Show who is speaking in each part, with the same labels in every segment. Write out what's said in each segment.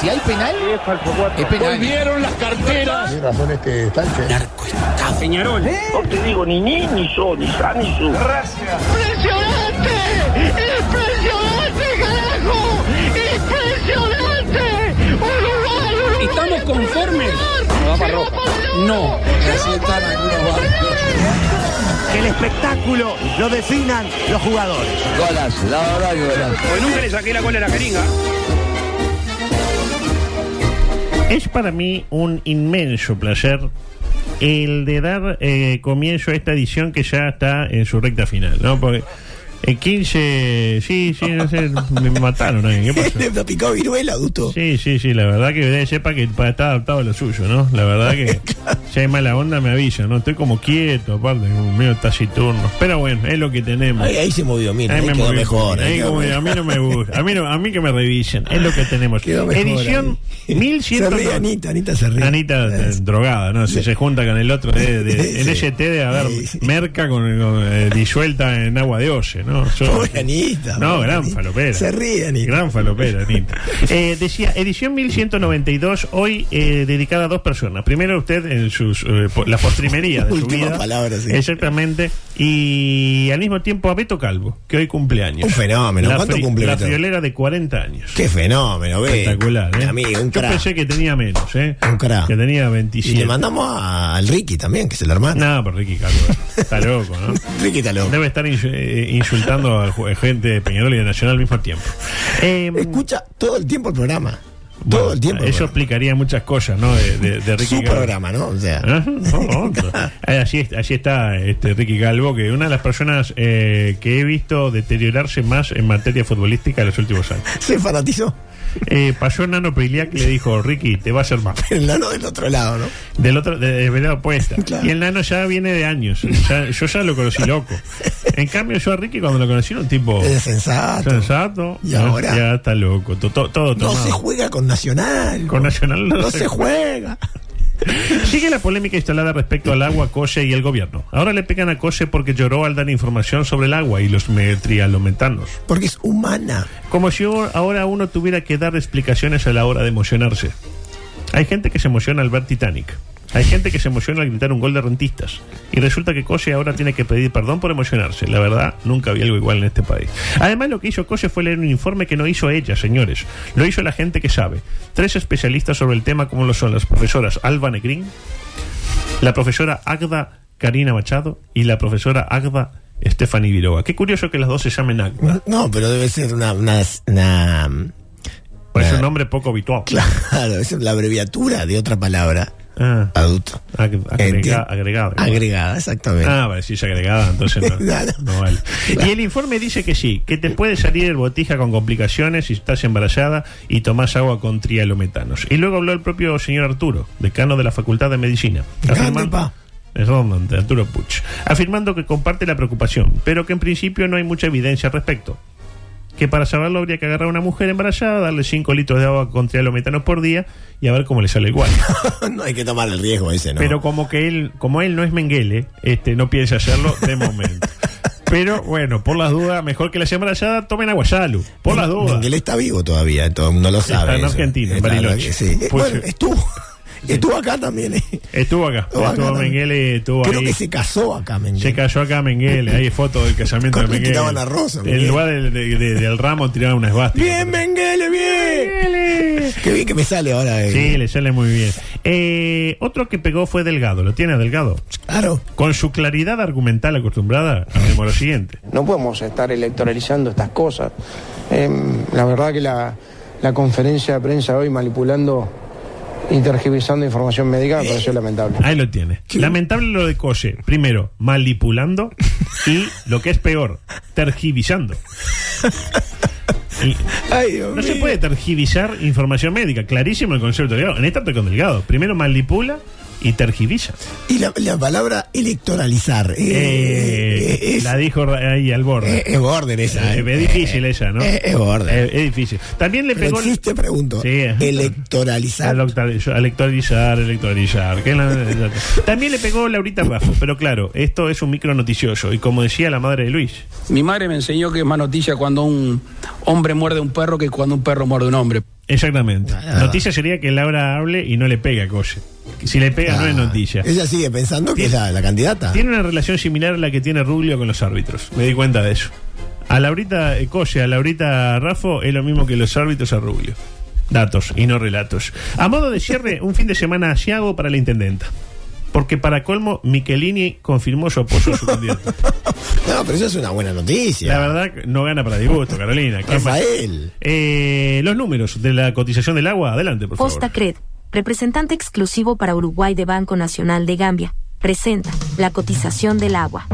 Speaker 1: Si hay penal, es penal.
Speaker 2: Volvieron las carteras. Peñarol.
Speaker 3: No te digo ni ni, ni yo, ni sa, ni su.
Speaker 4: ¡Impresionante! ¡Impresionante, carajo! ¡Impresionante! ¡Uruguay, Uruguay!
Speaker 2: ¿Estamos conformes?
Speaker 4: No, va para ropa.
Speaker 2: No.
Speaker 1: Así están algunos barrios.
Speaker 5: Que el espectáculo lo definan los jugadores.
Speaker 1: Golazo, la verdad que golazo.
Speaker 2: Porque nunca le saqué la cola a la jeringa.
Speaker 6: Es para mí un inmenso placer el de dar eh, comienzo a esta edición que ya está en su recta final, ¿no? Porque eh, 15, sí, sí, no sé, me mataron ahí, ¿qué pasó?
Speaker 1: Le picó viruela, Gusto.
Speaker 6: Sí, sí, sí, la verdad que ustedes sepa que pa- está adaptado a lo suyo, ¿no? La verdad que si hay mala onda me avisa, ¿no? Estoy como quieto, aparte, como medio taciturno. Pero bueno, es lo que tenemos.
Speaker 1: Ahí, ahí se movió, mira,
Speaker 6: Ahí
Speaker 1: ahí
Speaker 6: me
Speaker 1: quedó
Speaker 6: movió.
Speaker 1: mejor. ahí
Speaker 6: Ahí
Speaker 1: quedó
Speaker 6: como que a
Speaker 1: mejor.
Speaker 6: mí no me gusta. A mí, no- a mí que me revisen. Es lo que tenemos.
Speaker 1: Quedó mejor
Speaker 6: Edición
Speaker 1: ahí. Se ríe
Speaker 6: 1100.
Speaker 1: Anita, Anita se ríe.
Speaker 6: Anita eh,
Speaker 1: Eh,
Speaker 6: drogada, ¿no? Si se junta con el otro eh, de, de-
Speaker 1: Sí.
Speaker 6: en ese té de haber
Speaker 1: Sí.
Speaker 6: merca con, con, eh, disuelta en agua de oce, ¿no? Yo-
Speaker 1: Pobre Anita.
Speaker 6: No,
Speaker 1: pobre
Speaker 6: gran
Speaker 1: Anita.
Speaker 6: falopera.
Speaker 1: Se ríe, Anita.
Speaker 6: Gran falopera, Anita. Eh, decía, edición 1192, hoy eh, dedicada a dos personas. Primero usted en sus eh, po- la postrimería de su
Speaker 1: Última
Speaker 6: vida.
Speaker 1: palabra, sí.
Speaker 6: Exactamente. Y al mismo tiempo a Beto Calvo, que hoy cumple años.
Speaker 1: Un fenómeno.
Speaker 6: La
Speaker 1: ¿Cuánto
Speaker 6: fri-
Speaker 1: cumple
Speaker 6: La
Speaker 1: Beto?
Speaker 6: friolera de 40 años.
Speaker 1: Qué fenómeno, ve.
Speaker 6: Espectacular, ¿eh?
Speaker 1: Mi amigo, un
Speaker 6: Yo
Speaker 1: crack.
Speaker 6: pensé que tenía menos, ¿eh?
Speaker 1: Un crack.
Speaker 6: Que tenía
Speaker 1: Y
Speaker 6: 27.
Speaker 1: le mandamos a- al Ricky también, que es el hermano.
Speaker 6: No, pero Ricky Calvo está loco, ¿no?
Speaker 1: Ricky está loco.
Speaker 6: Debe estar insu- eh, insultando a ju- eh, gente de Peñarol y de Nacional al mismo tiempo. Eh,
Speaker 1: Escucha todo el tiempo el programa.
Speaker 6: bueno,
Speaker 1: todo el tiempo. el
Speaker 6: Eso
Speaker 1: programa.
Speaker 6: explicaría muchas cosas, ¿no? De, de- de Ricky
Speaker 1: Su
Speaker 6: Calvo.
Speaker 1: programa, ¿no? O sea.
Speaker 6: Ah, no, otro. Eh, Así, es- así está este Ricky Calvo, que una de las personas eh, que he visto deteriorarse más en materia futbolística en los últimos años.
Speaker 1: Se fanatizó.
Speaker 6: Eh, pasó Nano Priliac y le dijo, Ricky, te va a hacer más.
Speaker 1: El nano del otro lado, ¿no?
Speaker 6: Del otro, de, de vereda opuesta.
Speaker 1: Claro.
Speaker 6: Y el nano ya viene de años. Ya- yo ya lo conocí loco. En cambio, yo a Ricky cuando lo conocí era un tipo
Speaker 1: Es sensato.
Speaker 6: Oh. sensato.
Speaker 1: Y
Speaker 6: ya-
Speaker 1: ahora-
Speaker 6: Ya está loco. to- to- todo
Speaker 1: No
Speaker 6: tomado.
Speaker 1: se juega con Nacional.
Speaker 6: Con Nacional no
Speaker 1: No
Speaker 6: se
Speaker 1: se juega.
Speaker 6: Sigue la polémica instalada respecto al agua, Cose y el gobierno. Ahora le pegan a Cose porque lloró al dar información sobre el agua y los me- trialometanos.
Speaker 1: Porque es humana.
Speaker 6: Como si o- ahora uno tuviera que dar explicaciones a la hora de emocionarse. Hay gente que se emociona al ver Titanic. Hay gente que se emociona al gritar un gol de rentistas. Y resulta que Cose ahora tiene que pedir perdón por emocionarse. La verdad, nunca había algo igual en este país. Además, lo que hizo Cose fue leer un informe que no hizo ella, señores. Lo hizo la gente que sabe. Tres especialistas sobre el tema, como lo son las profesoras Alba Negrín, la profesora Agda Karina Machado y la profesora Agda Stephanie Viroga. Qué curioso que las dos se llamen Agda.
Speaker 1: No, pero debe ser una. una, una-
Speaker 6: Pues es
Speaker 1: Ah.
Speaker 6: un nombre poco habitual.
Speaker 1: claro, es la abreviatura de otra palabra.
Speaker 6: Ah.
Speaker 1: Adulto.
Speaker 6: Ag- agrega-
Speaker 1: Enti-
Speaker 6: agregado.
Speaker 1: Agregada, exactamente.
Speaker 6: Ah, vale, si es agregada, entonces no,
Speaker 1: Claro.
Speaker 6: no vale. Y el informe dice que sí, que te puede salir el botija con complicaciones si estás embarazada y tomás agua con trialometanos. Y luego habló el propio señor Arturo, decano de la Facultad de Medicina.
Speaker 1: Grande,
Speaker 6: afirmando-
Speaker 1: pa.
Speaker 6: Es Rondon, Arturo Puch. Afirmando que comparte la preocupación, pero que en principio no hay mucha evidencia al respecto que para saberlo habría que agarrar a una mujer embarazada, darle 5 litros de agua con trialometanos por día y a ver cómo le sale igual.
Speaker 1: no hay que tomar el riesgo ese, ¿no?
Speaker 6: Pero como que él, como él no es Menguele, este, no piensa hacerlo de momento. Pero bueno, por las dudas, mejor que la sea embarazada, tomen agua Yalu, Por las dudas.
Speaker 1: Mengele está vivo todavía, todo el mundo lo
Speaker 6: Está
Speaker 1: sabe.
Speaker 6: en
Speaker 1: eso.
Speaker 6: Argentina, en
Speaker 1: Está
Speaker 6: Bariloche.
Speaker 1: sí. Eh,
Speaker 6: Pues,
Speaker 1: bueno,
Speaker 6: sí.
Speaker 1: estuvo. Estuvo acá también. eh.
Speaker 6: Estuvo acá,
Speaker 1: Estuvo acá
Speaker 6: estuvo
Speaker 1: también.
Speaker 6: Menguele, estuvo
Speaker 1: Creo
Speaker 6: ahí.
Speaker 1: que se casó acá, Mengele.
Speaker 6: Se cayó acá Menguele, hay fotos del casamiento de
Speaker 1: Cuando le
Speaker 6: Menguele.
Speaker 1: tiraban la rosa,
Speaker 6: En
Speaker 1: Menguele.
Speaker 6: lugar del, de- de- del ramo tiraban unas esvástica.
Speaker 1: Bien, Mengele, bien. Qué bien que me sale ahora. eh.
Speaker 6: Sí, le sale muy bien. Eh, otro que pegó fue Delgado, ¿lo tiene a Delgado?
Speaker 1: Claro.
Speaker 6: Con su claridad argumental acostumbrada, afirmó lo siguiente.
Speaker 3: No podemos estar electoralizando estas cosas. Em, la verdad que la,
Speaker 7: la conferencia de prensa hoy manipulando y tergiversando información médica me pareció lamentable.
Speaker 6: Ahí lo tiene. Lamentable lo de Coche. Primero, manipulando y, lo que es peor, tergivisando. Y
Speaker 1: Ay, Dios
Speaker 6: no se
Speaker 1: mío.
Speaker 6: puede tergivisar información médica. Clarísimo el concepto. Delgado. En esta estoy con Delgado. Primero manipula y tergivisa.
Speaker 1: Y la, la palabra electoralizar. eh, eh,
Speaker 6: Eh,
Speaker 1: es,
Speaker 6: la dijo ra- ahí al borde.
Speaker 1: eh, es border esa.
Speaker 6: Eh,
Speaker 1: eh,
Speaker 6: es difícil esa, ¿no?
Speaker 1: eh, es
Speaker 6: Eh,
Speaker 1: border.
Speaker 6: es difícil. También le
Speaker 1: Pero
Speaker 6: pegó... el-
Speaker 1: existe, pregunto.
Speaker 6: Sí.
Speaker 1: Electoralizar.
Speaker 6: Electoralizar, electoralizar, electoralizar. Que la- También le pegó Laurita Raffo, pero claro, esto es un micro noticioso. Y como decía la madre de Luis,
Speaker 2: Mi madre me enseñó que es más noticia cuando un hombre muerde a un perro que cuando un perro muerde a un hombre.
Speaker 6: exactamente. Noticia sería que Laura hable y no le pega a Colle. Si le pega,
Speaker 1: Ah,
Speaker 6: no es noticia.
Speaker 1: Ella sigue pensando que es la, la candidata.
Speaker 6: Tiene una relación similar a la que tiene Rubio con los árbitros. Me di cuenta de eso. A Laurita eh, Colle, a Laurita Raffo, es lo mismo que los árbitros a Rubio. Datos y no relatos. A modo de cierre, un fin de semana asiago para la intendenta. Porque para colmo, Michelini confirmó su apoyo a su candidato.
Speaker 1: No, pero eso es una buena
Speaker 6: La
Speaker 1: noticia.
Speaker 6: verdad, no gana para disgusto, Carolina. ¿Qué más?
Speaker 1: Rafael.
Speaker 6: Eh, los números de la cotización del agua, adelante, por favor.
Speaker 8: Postacred, representante exclusivo para Uruguay de Banco Nacional de Gambia, presenta la cotización del agua.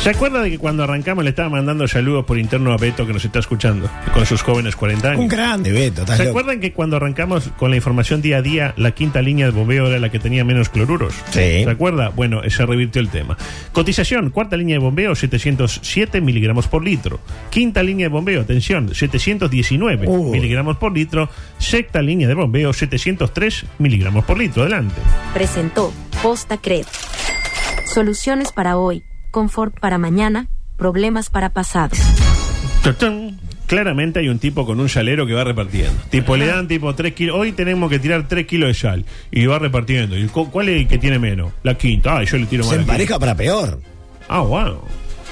Speaker 6: ¿Se acuerda de que cuando arrancamos le estaba mandando saludos por interno a Beto que nos está escuchando con sus jóvenes 40
Speaker 1: Un
Speaker 6: años?
Speaker 1: grande, Beto. estás
Speaker 6: ¿Se
Speaker 1: loco.
Speaker 6: acuerdan que cuando arrancamos con la información día a día, la quinta línea de bombeo era la que tenía menos cloruros?
Speaker 1: Sí.
Speaker 6: ¿Se acuerda? Bueno, eh, se revirtió el tema. Cotización, cuarta línea de bombeo, 707 miligramos por litro. Quinta línea de bombeo, atención, 719
Speaker 1: Uh.
Speaker 6: miligramos por litro. Sexta línea de bombeo, 703 miligramos por litro. Adelante.
Speaker 8: Presentó Postacred. Soluciones para hoy, confort para mañana, problemas para pasado.
Speaker 6: Tutún. Claramente hay un tipo con un salero que va repartiendo. Tipo, le dan tipo 3 kilos. Hoy tenemos que tirar 3 kilos de sal. Y va repartiendo. ¿Y cu- ¿Cuál es el que tiene menos? La quinta. Ah, yo le tiro más.
Speaker 1: Se
Speaker 6: a la
Speaker 1: empareja para peor.
Speaker 6: quinta. Ah, wow.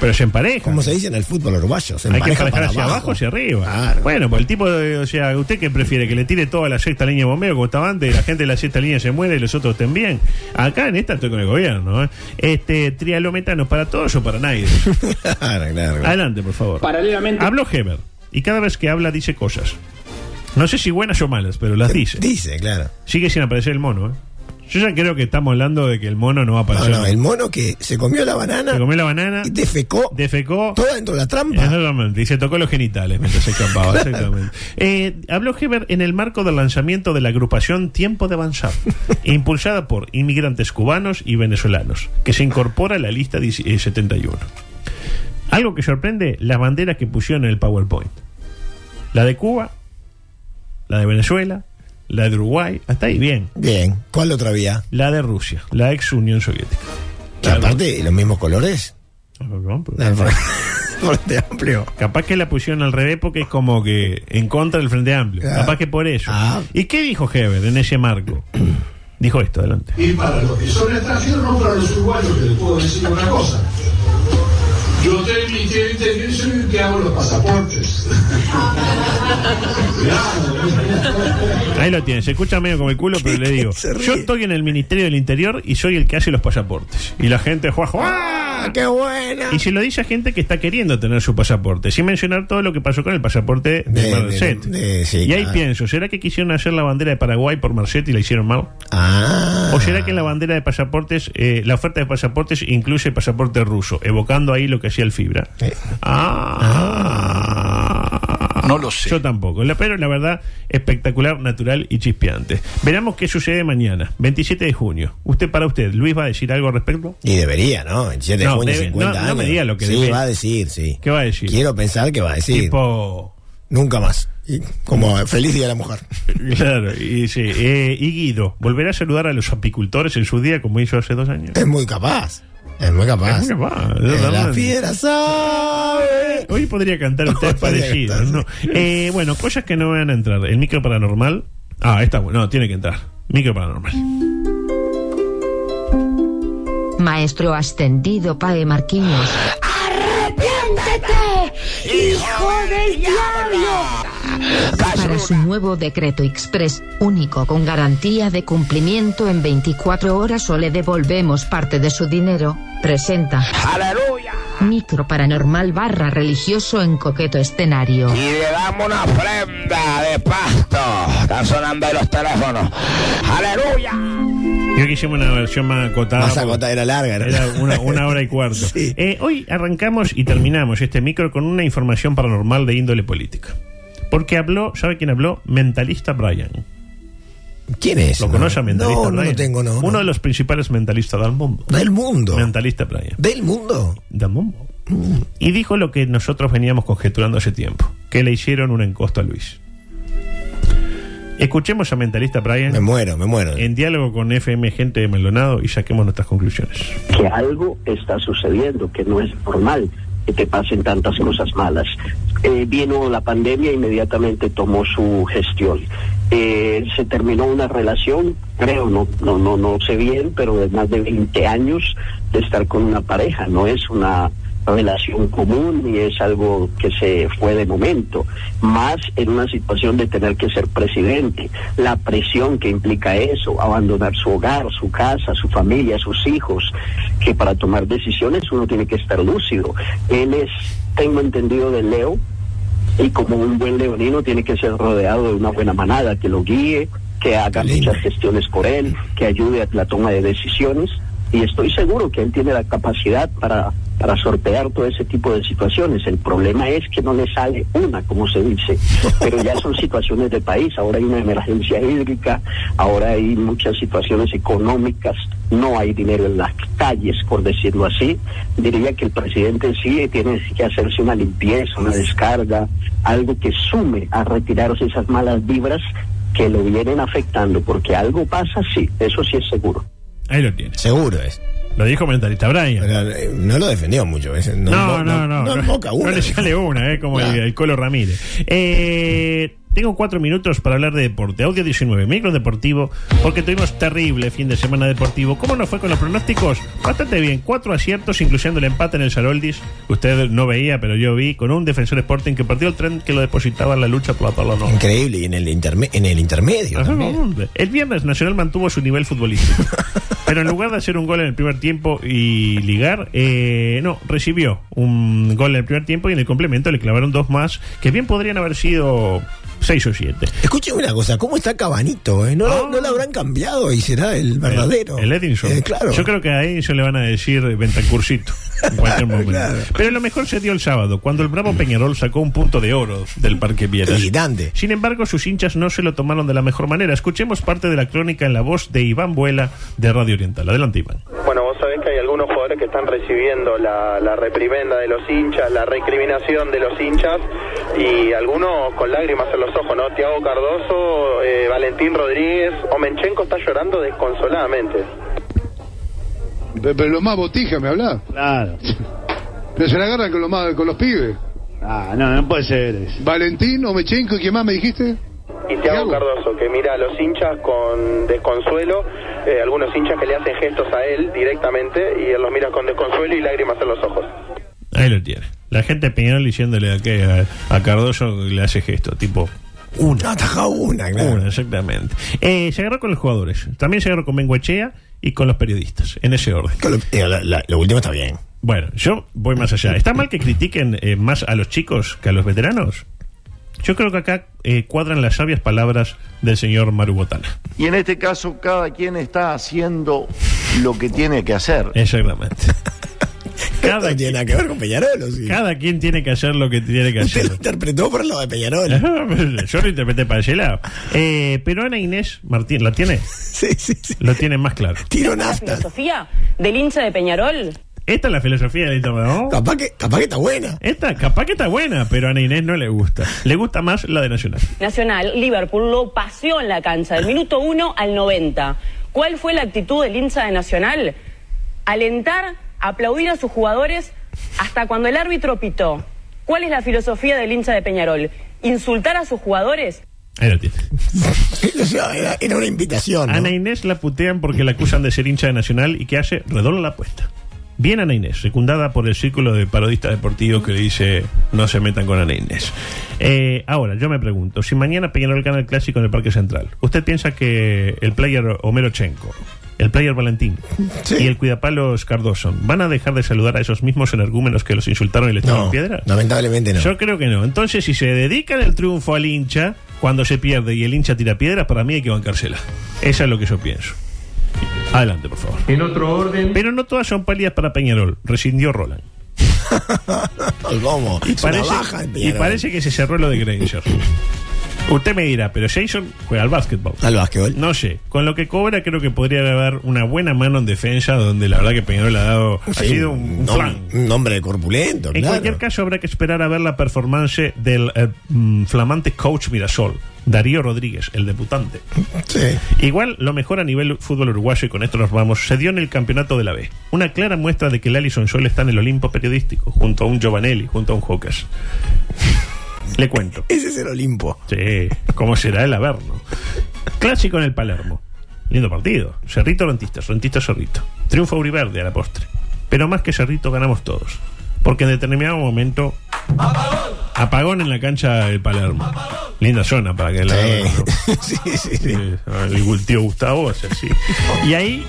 Speaker 6: Pero se empareja.
Speaker 1: Como se dice en el fútbol uruguayo. Se
Speaker 6: Hay que
Speaker 1: empareja
Speaker 6: emparejar
Speaker 1: para
Speaker 6: hacia
Speaker 1: abajo.
Speaker 6: abajo. hacia arriba.
Speaker 1: Claro.
Speaker 6: Bueno, pues el tipo, de- o sea, ¿usted qué prefiere? ¿Que le tire toda la sexta línea de bombeo como estaba antes? y La gente de la sexta línea se muere y los otros también. Acá en esta estoy con el gobierno. ¿eh? Este, trialometano para todos o para nadie.
Speaker 1: claro, claro.
Speaker 6: Adelante, por favor.
Speaker 2: Paralelamente.
Speaker 6: Habló Heber. Y cada vez que habla dice cosas. No sé si buenas o malas, pero las dice.
Speaker 1: Dice, claro.
Speaker 6: Sigue sin aparecer el mono, ¿eh? Yo ya creo que estamos hablando de que el mono no va a
Speaker 1: No,
Speaker 6: aparecer.
Speaker 1: no, el mono que se comió la banana
Speaker 6: Se comió la banana,
Speaker 1: y defecó,
Speaker 6: defecó.
Speaker 1: toda dentro de la trampa.
Speaker 6: Exactamente, y se tocó los genitales mientras se escapaba. Exactamente. Eh, habló Heber en el marco del lanzamiento de la agrupación Tiempo de Avanzar, impulsada por inmigrantes cubanos y venezolanos, que se incorpora a la lista 10 eh, 71. Algo que sorprende, las banderas que pusieron en el PowerPoint. La de Cuba, la de Venezuela, la de Uruguay, hasta ahí bien.
Speaker 1: Bien, ¿cuál otra vía?
Speaker 6: La de Rusia, la ex Unión Soviética.
Speaker 1: Que aparte, los mismos colores. Del fr- Frente amplio.
Speaker 6: Capaz que la pusieron al revés porque es como que en contra del Frente Amplio.
Speaker 1: Ah.
Speaker 6: Capaz que por eso.
Speaker 1: Ah.
Speaker 6: ¿Y qué dijo Heber en ese marco? dijo esto, adelante.
Speaker 9: Y para los que son extranjeros, no para los uruguayos, que les puedo decir una cosa. Yo tengo mi cliente, yo soy el que hago los pasaportes.
Speaker 6: Ahí lo tiene. Se escucha medio como el culo, pero le digo.
Speaker 1: se ríe.
Speaker 6: Yo estoy en el Ministerio del Interior y soy el que hace los pasaportes. Y la gente, juá, juá.
Speaker 1: ¡Ah, qué buena!
Speaker 6: Y se lo dice a gente que está queriendo tener su pasaporte, sin mencionar todo lo que pasó con el pasaporte de,
Speaker 1: De-
Speaker 6: Marcet.
Speaker 1: de- de- sí,
Speaker 6: y ahí
Speaker 1: claro.
Speaker 6: pienso, ¿será que quisieron hacer la bandera de Paraguay por Marcet y la hicieron mal?
Speaker 1: Ah.
Speaker 6: ¿O será que la bandera de pasaportes, eh, la oferta de pasaportes incluye el pasaporte ruso, evocando ahí lo que hacía el Fibra?
Speaker 1: Eh.
Speaker 6: Ah.
Speaker 2: No lo sé.
Speaker 6: Yo tampoco, La- pero la verdad, espectacular, natural y chispeante. Veramos qué sucede mañana, 27 de junio. Usted para usted, Luis va a decir algo al respecto.
Speaker 1: Y debería, ¿no? El 7 de
Speaker 6: No,
Speaker 1: junio,
Speaker 6: debe-
Speaker 1: 50
Speaker 6: no, no
Speaker 1: años.
Speaker 6: me diga lo que
Speaker 1: Sí,
Speaker 6: debe.
Speaker 1: va a decir, sí.
Speaker 6: ¿Qué va a decir?
Speaker 1: Quiero pensar que va a decir.
Speaker 6: Tipo...
Speaker 1: Nunca más. Y como eh, feliz día de la mujer.
Speaker 6: Claro, y sí. Eh, y Guido, ¿volverá a saludar a los apicultores en su día como hizo hace dos años?
Speaker 1: Es muy capaz. Es muy capaz.
Speaker 6: Es muy capaz,
Speaker 1: Eh, la
Speaker 6: totalmente.
Speaker 1: fiera sabe.
Speaker 6: Hoy podría cantar usted
Speaker 1: Podría
Speaker 6: parecido.
Speaker 1: cantar,
Speaker 6: ¿no?
Speaker 1: sí.
Speaker 6: Eh, bueno, cosas que no van a entrar. El micro paranormal. Ah, está bueno. No, tiene que entrar. Micro paranormal.
Speaker 8: Maestro ascendido Pae Marquinhos. Para su nuevo decreto express, único con garantía de cumplimiento en 24 horas o le devolvemos parte de su dinero, presenta.
Speaker 3: Aleluya.
Speaker 10: Micro paranormal barra religioso en coqueto escenario.
Speaker 4: Y le damos una ofrenda de pasto. Están sonando ahí los teléfonos. ¡Aleluya!
Speaker 6: Yo que hicimos una versión más acotada.
Speaker 1: Más
Speaker 6: porque
Speaker 1: acotada, era larga, era
Speaker 6: Era
Speaker 1: larga.
Speaker 6: una, una hora y cuarto. Eh, hoy arrancamos y terminamos este micro con una información paranormal de índole política. Porque habló, ¿sabe quién habló? Mentalista Brian.
Speaker 1: ¿Quién es?
Speaker 6: ¿Lo conoce a Mentalista
Speaker 1: No, no
Speaker 6: Brian?
Speaker 1: lo tengo, no,
Speaker 6: Uno
Speaker 1: no.
Speaker 6: de los principales mentalistas del mundo.
Speaker 1: Del mundo.
Speaker 6: Mentalista Brian.
Speaker 1: ¿Del mundo?
Speaker 6: Del mundo. Y dijo lo que nosotros veníamos conjeturando hace tiempo: que le hicieron una encosta a Luis. Escuchemos a Mentalista Brian.
Speaker 1: Me muero, me muero.
Speaker 6: En diálogo con FM Gente de Maldonado y saquemos nuestras conclusiones.
Speaker 11: que algo está sucediendo, que no es normal que te pasen tantas cosas malas. Eh, vino la pandemia, inmediatamente tomó su gestión. Eh, se terminó una relación, creo, no, no, no, no sé bien, pero de más de 20 años de estar con una pareja. No es una relación común y es algo que se fue de momento, más en una situación de tener que ser presidente, la presión que implica eso, abandonar su hogar, su casa, su familia, sus hijos, que para tomar decisiones uno tiene que estar lúcido. Él es, tengo entendido de Leo, y como un buen leonino tiene que ser rodeado de una buena manada que lo guíe, que haga muchas gestiones por él, que ayude a la toma de decisiones y estoy seguro que él tiene la capacidad para, para sortear todo ese tipo de situaciones. El problema es que no le sale una, como se dice, pero ya son situaciones de país, ahora hay una emergencia hídrica, ahora hay muchas situaciones económicas, no hay dinero en las calles, por decirlo así. Diría que el presidente sí tiene que hacerse una limpieza, una descarga, algo que sume a retirarse esas malas vibras que lo vienen afectando, porque algo pasa, sí, eso sí es seguro.
Speaker 6: Ahí lo tiene.
Speaker 1: Seguro es.
Speaker 6: Lo dijo Mentalista Brian.
Speaker 1: no lo defendió mucho. ese- No,
Speaker 6: No, no, no.
Speaker 1: No,
Speaker 6: no,
Speaker 1: moca una.
Speaker 6: no le sale una, eh, como el, el Colo Ramírez. Eh, tengo cuatro minutos para hablar de deporte. Audio 19, micro deportivo, porque tuvimos terrible fin de semana deportivo. ¿Cómo nos fue con los pronósticos? Bastante bien. Cuatro aciertos, incluyendo el empate en el Saroldis. Usted no veía, pero yo vi, con un defensor Sporting que partió el tren que lo depositaba en la lucha por la tabla no.
Speaker 1: Increíble, y en el, interme- en el intermedio.
Speaker 6: Ajá,
Speaker 1: también.
Speaker 6: hombre. El viernes Nacional mantuvo su nivel futbolístico. Pero en lugar de hacer un gol en el primer tiempo y ligar, eh, no, recibió un gol en el primer tiempo y en el complemento le clavaron dos más, que bien podrían haber sido seis o siete.
Speaker 1: Escuchen una cosa, ¿cómo está Cabanito? eh? ¿No, lo- no lo habrán cambiado y será el verdadero?
Speaker 6: Ah. El, Edinson.
Speaker 1: Eh, claro.
Speaker 6: Yo creo que a Edinson le van a decir eh, Ventancurcito en cualquier momento.
Speaker 1: Claro.
Speaker 6: Pero lo mejor se dio el sábado, cuando el bravo Peñarol sacó un punto de oro del Parque Vieras. Sin embargo, sus hinchas no se lo tomaron de la mejor manera. Escuchemos parte de la crónica en la voz de Iván Buela de Radio Oriental. Adelante, Iván.
Speaker 12: Bueno, vos sabés que hay algunos jugadores que están recibiendo la, la reprimenda de los hinchas, la recriminación de los hinchas y algunos con lágrimas en los ojos, ¿no? Tiago Cardoso, eh, Valentín Rodríguez, Omenchenko está llorando desconsoladamente.
Speaker 9: Pero, pero lo más botija me habla. Claro. Pero se la agarran con, lo más, con los pibes. Ah, no, no puede ser Valentín, Omechenko, ¿y quién más me dijiste?
Speaker 12: Y Tiago Cardoso, que mira a los hinchas con desconsuelo, eh, algunos hinchas que le hacen gestos a él directamente y él los mira con desconsuelo y lágrimas en los ojos.
Speaker 6: Ahí lo tiene. La gente de Peñarol diciéndole a, que a, a Cardoso le hace gesto, tipo. Una.
Speaker 1: Ataja una, claro.
Speaker 6: Una, exactamente. Eh, se agarró con los jugadores. También se agarró con Benguechea y con los periodistas, en ese orden.
Speaker 1: Eh, la- la- lo último está bien.
Speaker 6: Bueno, yo voy más allá. ¿Está mal que critiquen eh, más a los chicos que a los veteranos? Yo creo que acá eh, cuadran las sabias palabras del señor Maru Botana.
Speaker 13: Y en este caso, cada quien está haciendo lo que tiene que hacer.
Speaker 6: Exactamente. Cada
Speaker 1: no tiene nada que ver con Peñarol. ¿o sí?
Speaker 6: Cada quien tiene que hacer lo que tiene que hacer.
Speaker 1: Interpretó por lo de Peñarol.
Speaker 6: Yo lo interpreté para ese lado. Eh, pero Ana Inés Martín, ¿la tiene?
Speaker 1: Sí, sí, sí.
Speaker 6: Lo tiene más claro.
Speaker 1: Tiro
Speaker 14: La filosofía del hincha de Peñarol.
Speaker 6: Esta es la filosofía del ¿no?
Speaker 1: Capaz que, capaz que está buena.
Speaker 6: Esta, capaz que está buena, pero a Ana Inés no le gusta. Le gusta más la de Nacional.
Speaker 14: Nacional, Liverpool lo paseó en la cancha del minuto 1 al 90. ¿Cuál fue la actitud del hincha de Nacional? Alentar, aplaudir a sus jugadores hasta cuando el árbitro pitó. ¿Cuál es la filosofía del hincha de Peñarol? ¿Insultar a sus jugadores?
Speaker 6: Ahí lo tiene.
Speaker 1: O sea, era, era una invitación. Ah, ¿no?
Speaker 6: Eh. Ana Inés la putean porque la acusan de ser hincha de Nacional y que hace redobla la apuesta. Bien Ana Inés, secundada por el círculo de parodistas deportivos que le dice no se metan con Ana Inés. Eh, ahora, yo me pregunto, si mañana Peñarol gana el clásico en el Parque Central, ¿usted piensa que el player Homero Chenko el player Valentín y el cuidapalos Cardoso, ¿van a dejar de saludar a esos mismos energúmenos que los insultaron y les tiraron piedra?
Speaker 1: Lamentablemente no.
Speaker 6: Yo creo que no. Entonces, si se dedican el triunfo al hincha, cuando se pierde y el hincha tira piedras, para mí hay que bancársela. Eso es lo que yo pienso. Adelante, por favor. En otro orden. Pero no todas son pálidas para Peñarol. Rescindió Roland.
Speaker 1: ¿Cómo?
Speaker 6: Y
Speaker 1: Es una
Speaker 6: parece,
Speaker 1: baja en
Speaker 6: y
Speaker 1: Peñarol.
Speaker 6: parece que se cerró lo de Granger. Usted me dirá, pero Jason juega al básquetbol.
Speaker 1: Al básquetbol.
Speaker 6: No sé. Con lo que cobra, creo que podría dar una buena mano en defensa, donde la verdad que Peñarol ha dado. ha
Speaker 1: Sí,
Speaker 6: sido un, un
Speaker 1: nom-
Speaker 6: flan.
Speaker 1: un nombre corpulento,
Speaker 6: En
Speaker 1: claro.
Speaker 6: cualquier caso, habrá que esperar a ver la performance del eh, mm, flamante coach Mirasol, Darío Rodríguez, el debutante. Igual, lo mejor a nivel fútbol uruguayo, y con esto nos vamos, se dio en el campeonato de la B. Una clara muestra de que el Alison Sol está en el Olimpo periodístico, junto a un Giovanelli, junto a un Jocas. Le cuento.
Speaker 1: Ese es el Olimpo.
Speaker 6: Sí, ¿cómo será el Averno? Clásico en el Palermo. Lindo partido. Cerrito Rentista, Rentista Cerrito. Triunfo Uriverde a la postre. Pero más que Cerrito ganamos todos. Porque en determinado momento. ¡Apagón! en la cancha del Palermo. Linda zona para que la.
Speaker 1: sí, sí,
Speaker 6: sí. El tío Gustavo es así. Y ahí,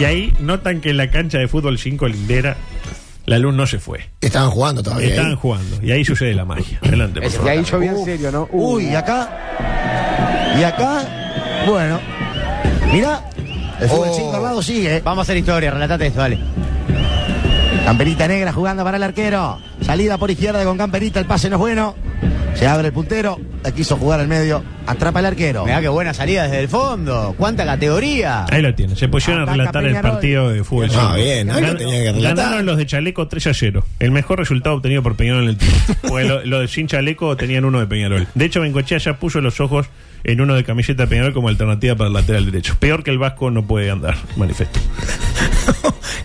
Speaker 6: y ahí notan que en la cancha de fútbol 5 lindera. La luz no se fue.
Speaker 1: Estaban jugando todavía.
Speaker 6: Estaban
Speaker 1: ¿eh?
Speaker 6: jugando. Y ahí sucede la magia. Adelante, por favor.
Speaker 5: bien serio, ¿no? Uy, y acá. Y acá. Bueno. Mirá. El fútbol 5 al lado sigue. Oh. Vamos a hacer historia, relatate esto, dale. Camperita negra jugando para el arquero. Salida por izquierda con Camperita, el pase no es bueno. Se abre el puntero, la quiso jugar al medio, atrapa el arquero. Mirá qué buena salida desde el fondo. ¿Cuánta categoría?
Speaker 6: Ahí lo tiene, se pusieron a
Speaker 5: Ah, Ataca
Speaker 6: relatar el
Speaker 5: Peñarol.
Speaker 6: partido de fútbol.
Speaker 1: Ah,
Speaker 6: cinco.
Speaker 1: bien, ahí lo
Speaker 6: Gan-
Speaker 1: tenía que relatar.
Speaker 6: Ganaron los de Chaleco 3 a 0. El mejor resultado obtenido por Peñarol en el tiempo. Porque lo- los de Sin Chaleco tenían uno de Peñarol. De hecho, Bengochea ya puso los ojos en uno de camiseta de Peñarol como alternativa para el lateral derecho. Peor que el Vasco no puede andar, manifestó.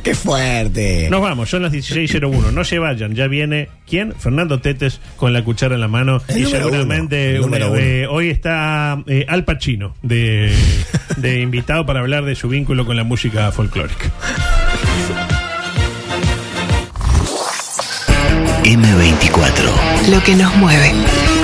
Speaker 1: ¡Qué fuerte!
Speaker 6: Nos vamos, son las 16.01. No se vayan, ya viene ¿quién? Fernando Tetes con la cuchara en la mano.
Speaker 1: El
Speaker 6: y
Speaker 1: número
Speaker 6: seguramente
Speaker 1: uno, el número
Speaker 6: una- eh, hoy está eh, Al Pacino de, de invitado para hablar de su vínculo con la música folclórica.
Speaker 15: M24.
Speaker 16: Lo que nos mueve.